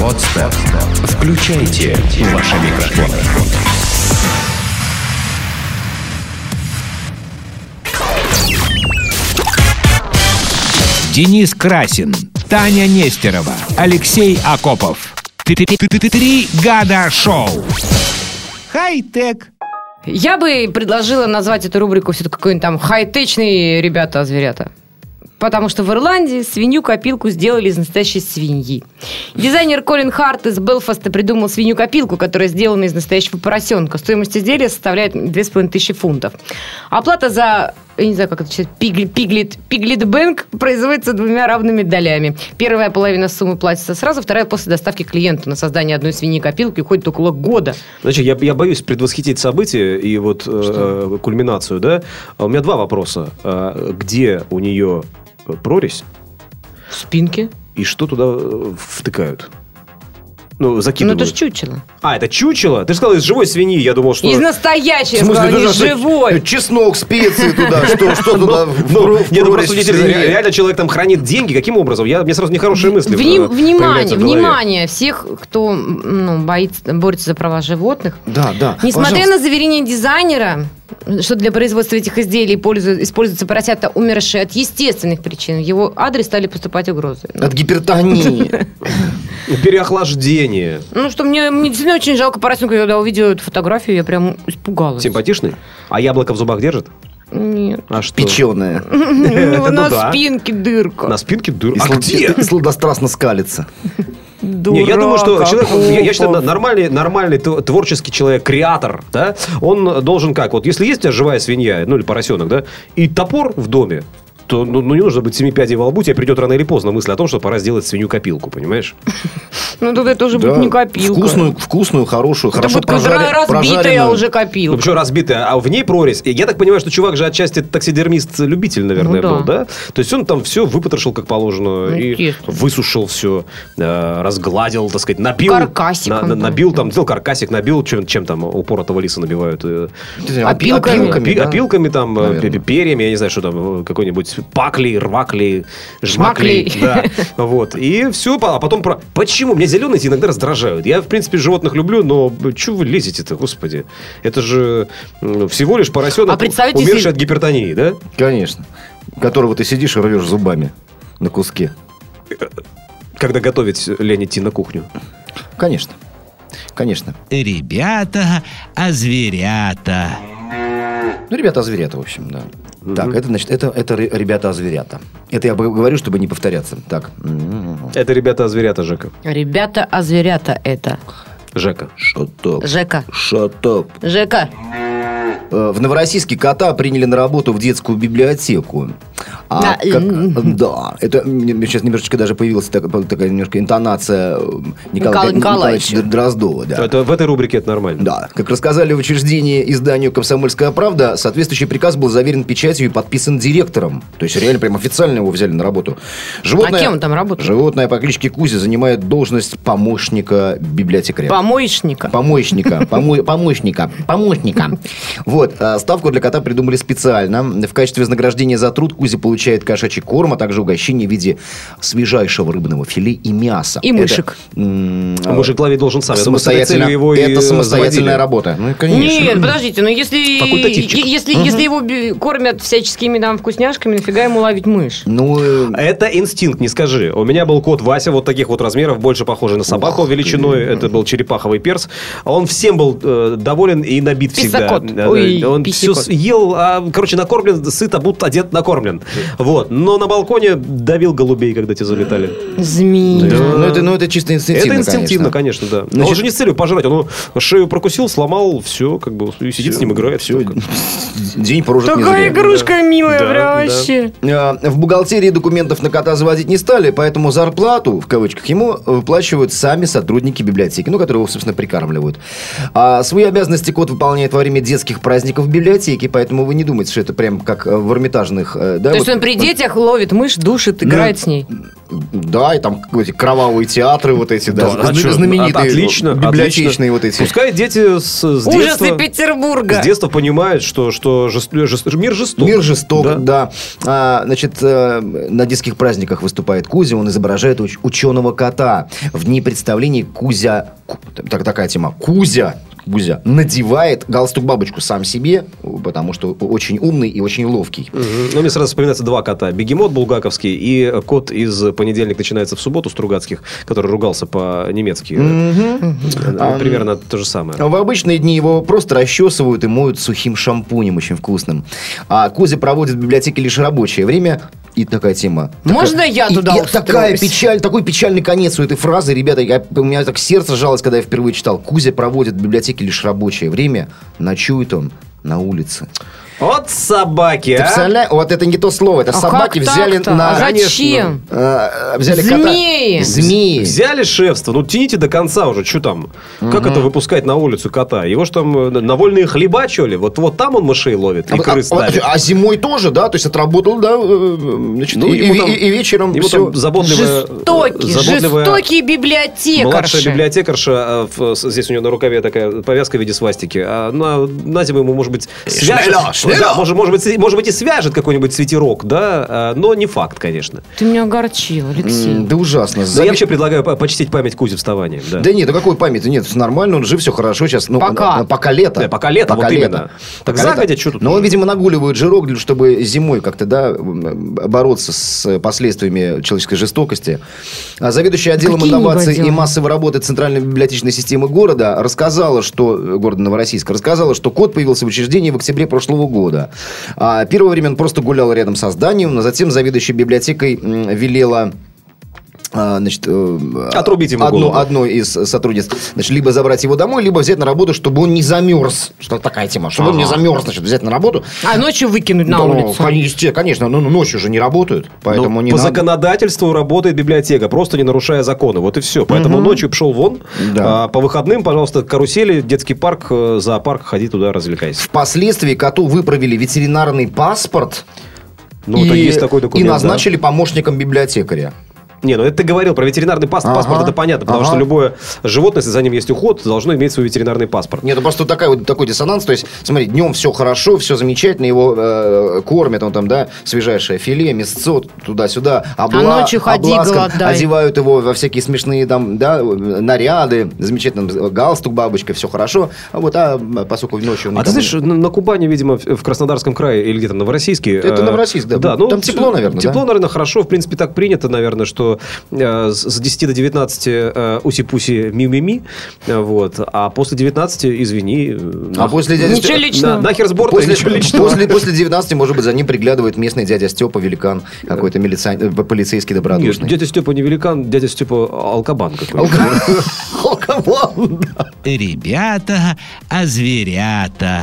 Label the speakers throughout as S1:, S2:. S1: Подстер. Включайте ваши микрофоны.
S2: Денис Красин, Таня Нестерова, Алексей Акопов. Три года шоу. Хай-тек.
S3: Я бы предложила назвать эту рубрику все-таки какой-нибудь там хай-течный ребята зверята. Потому что в Ирландии свинью-копилку сделали из настоящей свиньи. Дизайнер Колин Харт из Белфаста придумал свинью-копилку, которая сделана из настоящего поросенка. Стоимость изделия составляет 2500 фунтов. Оплата за я не знаю, как это читать, пигли, пиглит, пиглит бэнк производится двумя равными долями. Первая половина суммы платится сразу, вторая после доставки клиенту. На создание одной свиньи копилки уходит около года.
S4: Значит, я, я боюсь предвосхитить события и вот э, кульминацию, да? А У меня два вопроса. А, где у нее прорезь
S3: В спинке.
S4: и что туда э, втыкают? Ну,
S3: Ну,
S4: закидывают.
S3: это ж чучело.
S4: А, это чучело? Ты же сказал, из живой свиньи. Я думал, что...
S3: Из настоящей,
S5: В
S3: я
S5: смысле,
S3: сказала, не
S5: даже
S3: из живой.
S5: Чеснок, специи туда, что, что туда? в-
S4: Ну,
S5: в- в
S4: нет, ну, просто
S5: прорезь в
S4: удивительно,
S5: свинье?
S4: реально человек там хранит деньги, каким образом? Я, мне сразу нехорошие мысли
S3: Вни-
S4: э, появляются
S3: внимание,
S4: в голове.
S3: внимание всех, кто м, ну, боится, борется за права животных.
S5: Да, да.
S3: Несмотря
S5: Пожалуйста.
S3: на заверение дизайнера, что для производства этих изделий пользу- используются поросята, умершие от естественных причин, в его адрес стали поступать угрозы. Ну,
S5: От гипертонии.
S4: Переохлаждение.
S3: Ну, что мне, мне действительно очень жалко поросенка, Я когда увидела эту фотографию, я прям испугалась.
S4: Симпатичный? А яблоко в зубах держит?
S3: Нет.
S4: А что?
S5: Печеная.
S3: У него
S4: Это
S3: на
S4: да.
S3: спинке дырка.
S4: На спинке дыр.
S5: И
S4: А
S5: слу-
S4: где?
S5: И сладострастно скалится.
S4: Не, я думаю, что
S3: Дурак
S4: человек, я, я
S3: Акопов.
S4: считаю, на- нормальный, нормальный тв- творческий человек, креатор, да, он должен как? Вот если есть у тебя живая свинья, ну или поросенок, да, и топор в доме, то ну, ну, не нужно быть семи пядей во лбу, тебе придет рано или поздно мысль о том, что пора сделать свинью копилку, понимаешь?
S3: Ну, тогда это уже
S5: Да.
S3: будет не копилка.
S5: Вкусную, вкусную, хорошую,
S3: Это
S5: хорошо
S3: будет какая-то
S5: прожаря-
S3: разбитая
S5: прожаренную.
S3: уже
S4: Ну,
S3: копилка.
S4: причем разбитая, а в ней прорезь. И Я так понимаю, что чувак же отчасти таксидермист-любитель,
S3: Ну
S4: наверное,
S3: да.
S4: был, да? То есть он там все выпотрошил как положено
S3: Ну,
S4: и
S3: естественно.
S4: высушил все, разгладил, так сказать, набил.
S3: Каркасиком
S4: на- на-
S3: там.
S4: набил там, сделал каркасик, набил, чем, чем там упоротого лиса набивают. э,
S3: Опилками.
S4: Опи-
S5: а да.
S4: Опилками там, э,
S5: Наверное.
S4: пе- перьями, я не знаю, что там, э, какой-нибудь пакли, рвакли, жмакли. Да, вот. И все, а потом про... Почему? Меня зеленые эти иногда раздражают. Я, в принципе, животных люблю, но чего вы лезете-то, господи? Это же м, всего лишь поросенок,
S3: А представьте,
S4: умерший
S3: если-
S4: от гипертонии, да?
S5: Конечно. Которого ты сидишь и рвешь зубами на куске.
S4: Когда готовить лень идти на кухню.
S5: Конечно. Конечно.
S2: Ребята, а зверята.
S5: Ну, ребята зверята, в общем, да. Так, это значит, это, это ре- ребята зверята. Это я бы говорю, чтобы не повторяться. Так. М-м-м.
S4: Это ребята зверята Жека.
S3: Ребята, а зверята это.
S4: Жека.
S5: Шатап.
S3: Жека.
S5: Шатап.
S3: Жека.
S5: Э, В Новороссийске кота приняли на работу в детскую библиотеку. А
S3: Да,
S5: как- да, это сейчас немножечко даже появилась так- такая немножко интонация э,
S3: Николая
S5: Николая,
S3: Николаевича.
S5: Дроздова. Да.
S4: Это в этой рубрике это нормально.
S5: Да. Как рассказали в учреждении изданию «Комсомольская правда», соответствующий приказ был заверен печатью и подписан директором. То есть реально прям официально его взяли на работу. Животное,
S3: А кем он там работал?
S5: Животное по кличке Кузя занимает должность помощника библиотекаря.
S3: Помоечника.
S5: Помощника, помо- помощника, помощника. Вот, а, ставку для кота придумали специально. В качестве вознаграждения за труд Кузя получает кошачий корм, а также угощение в виде свежайшего рыбного филе и мяса.
S3: И
S5: Это,
S3: мышек.
S5: м, э,
S4: А Мужик ловит должен сам. Я думаю, с этой
S5: Самостоятельно.
S4: целью его и
S5: это
S4: заводили.
S5: самостоятельная работа. Ну, и конечно.
S3: Нет, подождите, но если,
S4: Факультативчик.
S3: е- если, если его бе- кормят всякими там вкусняшками, нафига ему ловить мышь?
S5: Ну, э,
S4: Это инстинкт, не скажи. У меня был кот Вася вот таких вот размеров, больше похожий на собаку
S5: Ух ты.
S4: величиной. Это был черепаховый перс. А Он всем был э, доволен и набит всегда.
S3: Писакот.
S4: Да,
S3: Ой,
S4: да. Он все
S3: писикот.
S4: съел, а, короче, накормлен, сыт, а будто одет, накормлен. Вот. Но на балконе давил голубей, когда те залетали.
S3: Змеи.
S4: Да.
S5: ну, это, ну, это чисто инстинктивно,
S4: это инстинктивно, конечно, да. Но он
S5: Значит-
S4: же не с целью пожрать. Он шею прокусил, сломал, все, как бы, и сидит с ним, играет.
S5: Всё,
S4: всё.
S5: день прожит не
S3: Такая
S5: зря.
S3: игрушка милая,
S4: Да,
S3: прям
S4: да.
S3: вообще.
S5: Э, В бухгалтерии документов на кота заводить не стали, поэтому зарплату, в кавычках, ему выплачивают сами сотрудники библиотеки, ну, которые его, собственно, прикармливают. А свои обязанности кот выполняет во время детских праздников в библиотеке, поэтому вы не думайте, что это прям как э, в Эрмитажных, э, да,
S3: То есть он при детях ловит мышь, душит,
S4: Ну,
S3: играет с ней.
S5: Да, и там эти кровавые театры вот эти, да,
S4: а
S5: зн-
S4: чё,
S5: знаменитые.
S4: от- отлично,
S5: библиотечные
S4: отлично.
S5: вот эти.
S4: Пускай дети с, с
S3: Ужасы
S4: детства...
S3: Петербурга.
S4: С детства понимают, что, что жест- жест- мир жесток.
S5: Мир жесток, да. А, значит, э, на детских праздниках выступает Кузя, он изображает уч- ученого кота. В дни представления Кузя, Ку- так, такая тема, Кузя, Кузя надевает галстук-бабочку сам себе, потому что очень умный и очень ловкий.
S4: Мгм. Ну, мне сразу вспоминаются два кота. Бегемот булгаковский и кот из «Понедельник начинается в субботу» Стругацких, который ругался по-немецки.
S5: а,
S4: Э, Примерно то же самое.
S5: В обычные дни его просто расчесывают и моют сухим шампунем очень вкусным. А Кузя проводит в библиотеке лишь рабочее время. И такая тема. Такая-
S3: Можно я
S5: И-
S3: туда
S5: и
S3: устроюсь?
S5: такая печаль, такой печальный конец у этой фразы, ребята, я- у меня так сердце жалось, когда я впервые читал. Кузя проводит в библиотеке лишь рабочее время, ночует он на улице.
S4: От собаки,
S5: Ты
S4: а?
S5: представляешь? Вот это не то слово, это
S3: А
S5: собаки
S3: как
S5: взяли
S3: так-то?
S5: на...
S3: А зачем?
S5: э, взяли
S3: Змеи!
S5: кота. Змеи.
S4: Взяли шефство, ну тяните до конца уже, что там? Как это выпускать на улицу кота? Его ж там э, на вольные хлеба, что ли? Вот, вот там он мышей ловит и
S5: А- а-
S4: крыс
S5: а,
S4: ставит.
S5: а зимой тоже, да? То есть отработал, да? э, Значит,
S4: Ну,
S5: и,
S4: ему
S5: и-
S4: там-
S5: и вечером
S4: Его
S5: всё.
S4: там заботливая...
S3: Жестокий,
S4: заботливая
S3: жестокий библиотекарша.
S4: Младшая библиотекарша, э, в- с- здесь у нее на рукаве такая повязка в виде свастики. А на, на зиму ему, может быть, свяжет.
S5: шнеля, шнеля.
S4: Да, может, может быть, и- может быть, и свяжет какой-нибудь свитерок, да, а, но не факт, конечно.
S3: Ты меня огорчил,
S5: М,
S3: Алексей.
S5: Да ужасно.
S4: Да,
S5: Зави-
S4: Ну, я вообще предлагаю по- почтить память Кузи вставанием. Да.
S5: Да нет, ну какой памяти? Нет, всё нормально, он жив, все хорошо сейчас. Ну,
S3: Пока.
S5: а, а, Пока лето.
S4: Да, пока лето, вот именно. Так загодя, чё тут
S5: Но он,
S4: уже?
S5: Ну, видимо, нагуливает жирок, для- чтобы зимой как-то, да, м, бороться с последствиями человеческой жестокости. А Заведующая отделом
S3: Какие
S5: инноваций и
S3: негодяи.
S5: массовой работы Центральной библиотечной системы города рассказала, что, города Новороссийска, рассказала, что кот появился в учреждении в октябре прошлого года. А, первое время он просто гулял рядом со зданием, но затем заведующая библиотекой м, велела а, значит, э,
S4: Отрубить ему
S5: одну-
S4: голову.
S5: одной из сотрудниц, значит, либо забрать его домой, либо взять на работу, чтобы он не замерз. Что такая тема, чтобы он не замерз, значит, взять на работу.
S3: А ночью выкинуть на
S5: Да, ну,
S3: улицу.
S5: Конечно, конечно, но ночью же не работают, поэтому
S4: Ну,
S5: не
S4: по
S5: надо.
S4: законодательству работает библиотека, просто не нарушая законы. Вот и все. Поэтому ночью пошел вон.
S5: Да.
S4: А по выходным, пожалуйста, карусели, детский парк, э, зоопарк, ходи туда, развлекайся.
S5: Впоследствии коту выправили ветеринарный паспорт
S4: Ну,
S5: и,
S4: это есть такой документ.
S5: и
S4: да.
S5: назначили помощником библиотекаря.
S4: Не, ну это ты говорил про ветеринарный пас-
S5: Ага.
S4: паспорт, это понятно, потому
S5: Ага.
S4: что любое животное, если за ним есть уход, должно иметь свой ветеринарный паспорт.
S5: Нет, это просто такая, вот, такой диссонанс. То есть, смотри, днем все хорошо, все замечательно, его э, кормят, он там, да, свежайшее филе, мясцо, туда-сюда, обла,
S3: А ночью ходи,
S5: обласкан,
S3: голодай.
S5: одевают его во всякие смешные там, да, наряды, замечательно, галстук, бабочка, все хорошо. А вот, а поскольку ночью...
S4: А ты
S5: никому-
S4: знаешь, на на Кубани, видимо, в- в Краснодарском крае или где-то в Новороссийске...
S5: Это
S4: э,
S5: Новороссийск, да.
S4: Да, ну,
S5: Там тепло, наверное,
S4: Тепло,
S5: да?
S4: наверное, хорошо. В принципе, так принято, наверное, что э, с с 10 до 19 э, уси-пуси ми-ми-ми, э, вот, а после 19, извини... э,
S5: А
S4: нах-
S5: после дяди
S3: Ничего
S5: Стё-
S4: на-
S3: личного.
S4: Нахер с борта,
S5: После,
S4: ничего личного.
S5: после, после 19, может быть, за ним приглядывает местный дядя Степа, великан, какой-то милицион- э, полицейский
S4: Нет,
S5: добродушный.
S4: дядя Степа не великан, дядя Степа алкобан какой-то.
S5: Алкоголь, да.
S2: Ребята, а зверята.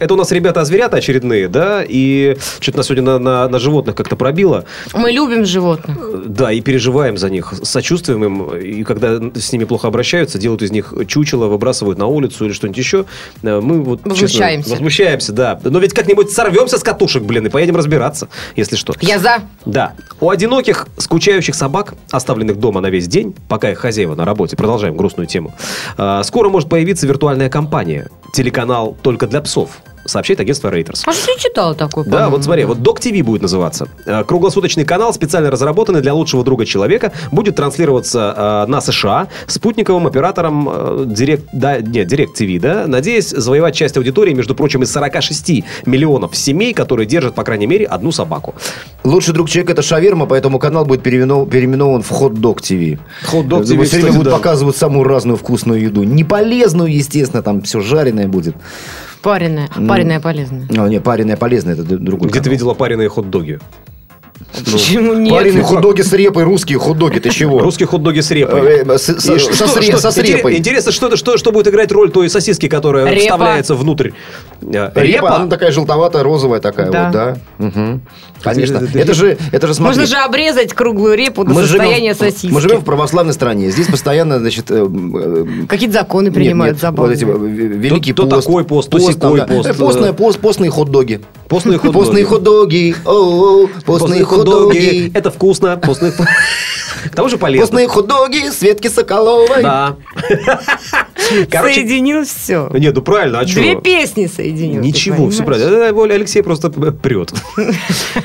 S4: Это у нас ребята-зверята очередные, да, и что-то нас сегодня на, на- на животных как-то пробило.
S3: Мы любим животных.
S4: Э, Да, и переживаем за них, сочувствуем им, и когда с ними плохо обращаются, делают из них чучело, выбрасывают на улицу или что-нибудь еще, э, мы вот честно,
S3: Возмущаемся.
S4: возмущаемся, да. Но ведь как-нибудь сорвемся с катушек, блин, и поедем разбираться, если что.
S3: Я за.
S4: Да. У одиноких, скучающих собак, оставленных дома на весь день, пока их хозяева на работе, продолжаем грустную тему, э, скоро может появиться виртуальная компания, телеканал только для псов, сообщает агентство Reuters.
S3: А что ты читала такое?
S4: Да,
S3: по-моему?
S4: вот смотри, вот Док ТВ будет называться. Э, Круглосуточный канал, специально разработанный для лучшего друга человека, будет транслироваться э, на США спутниковым оператором э, Direct, да, нет, Direct TV, да, надеясь завоевать часть аудитории, между прочим, из 46 миллионов семей, которые держат, по крайней мере, одну собаку.
S5: Лучший друг человека это шаверма, поэтому канал будет переименов- переименован в хот-дог ТВ.
S4: Хот-дог
S5: Все
S4: TV,
S5: время
S4: кстати,
S5: будут
S4: да.
S5: показывать самую разную вкусную еду. Не полезную, естественно, там все жареное будет.
S3: Пареная. Пареная полезная.
S5: Ну, не, пареное полезное, это д- другой
S4: Где ты
S5: канал.
S4: видела пареные хот-доги?
S3: Почему нет?
S5: Пареные хот-доги с репой, русские хот-доги, ты чего?
S4: Русские хот-доги с репой.
S5: Э, э, с-
S4: И
S5: со-
S4: что-
S5: Со
S4: что-
S5: сре-
S4: что-
S5: со
S4: интерес-
S5: срепой.
S4: Интересно, что, это- что, что будет играть роль той сосиски, которая
S3: Репа.
S4: вставляется внутрь? Э,
S5: Репа, она такая желтоватая, розовая такая
S3: Да.
S5: вот, да? Мгм. Конечно.
S4: Это- это-
S5: Это же, это же, смотри,
S3: Можно же обрезать круглую репу до
S5: мы живем-
S3: состояния сосиски.
S5: Мы живем в православной стране. Здесь постоянно, значит, э, м, э,
S3: Какие-то законы
S5: Нет,
S3: принимают
S5: нет,
S3: забавные.
S5: Вот эти э, в- великий
S4: То- то
S5: пост.
S4: такой пост, то
S5: там,
S4: сякой
S5: да.
S4: пост.
S5: Э, Постное, пост, постные хот-доги.
S4: Постные хот-доги.
S5: Постные хот-доги. оу, Постные хот-доги.
S4: Это вкусно. Постные... К тому же полезно.
S5: Постные хот-доги Светки Соколовой.
S4: Да. Короче,
S3: Соединил все.
S4: нет, ну правильно, а чё?
S3: Две песни соединил. ты
S4: Ничего, все
S3: понимаешь?
S4: правильно. Э, Оля Алексей просто прет.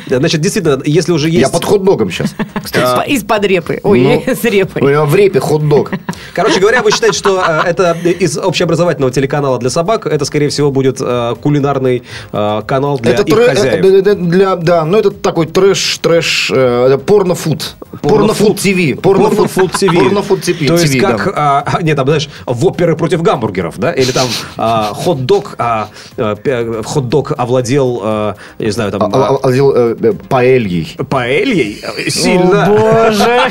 S4: Значит, действительно, если уже есть...
S5: Я под хот-догом сейчас.
S3: Из- Из-под репы. Ой,
S5: А, Ну.
S3: с репой.
S5: У меня в репе хот-дог.
S4: Короче говоря, вы считаете, что э, это из общеобразовательного телеканала для собак, это, скорее всего, будет э, кулинарный э, канал для
S5: Это
S4: их
S5: трэ-
S4: хозяев.
S5: э, э, э, для, да, ну это такой трэш, трэш, э, порнофуд. Порнофуд ТВ.
S4: Порнофуд TV.
S5: Порнофуд ТВ.
S4: То есть как, а, нет, там, знаешь, воперы против гамбургеров, да? Или там а, хот-дог, а, э, э, хот-дог овладел, а, не знаю, там... а,
S5: э, Паэльей.
S4: Паэльей? Э, Сильно.
S3: боже.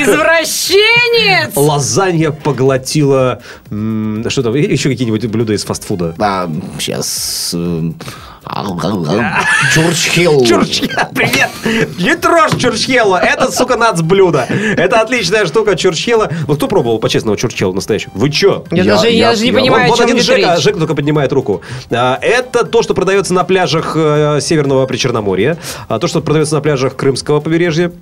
S3: Извращенец!
S4: Лазанья поглотила... м, Что там? Еще какие-нибудь блюда из фастфуда?
S5: А, сейчас... э, Джордж Хилл.
S4: Чурчхела, привет! Не трожь Чурчхела, это, сука, нацблюдо. Это отличная штука Чурчхела. Ну, кто пробовал по-честному Чурчхелу настоящего? Вы чё?
S3: Я
S5: Я-
S3: даже я
S5: я-
S3: же не
S5: я-
S3: понимаю, о
S4: вот
S3: чем
S4: один
S3: идет
S4: Жек, а
S3: речь.
S4: Жек только поднимает руку. А, Это то, что продается на пляжах э, Северного Причерноморья, а, то, что продается на пляжах Крымского побережья,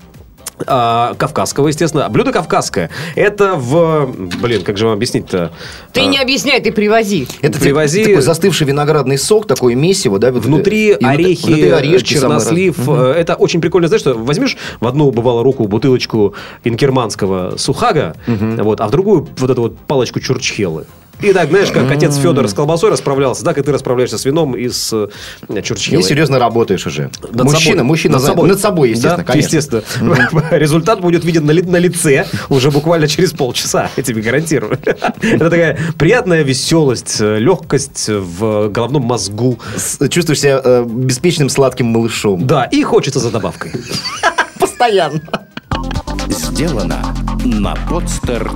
S4: а, кавказского, естественно. А Блюдо кавказское. Это в... Блин, как же вам объяснить-то?
S3: Ты
S4: А,
S3: не объясняй, ты привози.
S5: Это
S4: Привози-
S5: привози... такой застывший виноградный сок, такое месиво, да? вот это-
S4: Внутри
S5: и вот это-
S4: орехи, э,
S5: вот это и орешки самые разные.
S4: чернослив. Э, Это очень прикольно. Знаешь, что возьмешь в одну, бывало, руку бутылочку инкерманского сухага, вот, а в другую вот эту вот палочку чурчхелы. И так, знаешь, как отец Федор с колбасой расправлялся, так и ты расправляешься с вином и с э,
S5: И
S4: чурчхелой.
S5: серьезно работаешь уже.
S4: Над
S5: мужчина,
S4: собой.
S5: мужчина
S4: над
S5: за-
S4: собой,
S5: над собой, естественно,
S4: Да,
S5: конечно.
S4: естественно. Результат будет виден на, ли- на лице уже буквально через полчаса, я тебе гарантирую. Это такая приятная веселость, э, легкость в головном мозгу.
S5: С- Чувствуешь себя э, беспечным сладким малышом.
S4: Да, и хочется за добавкой.
S5: Постоянно.
S1: Сделано на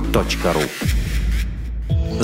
S1: podster.ru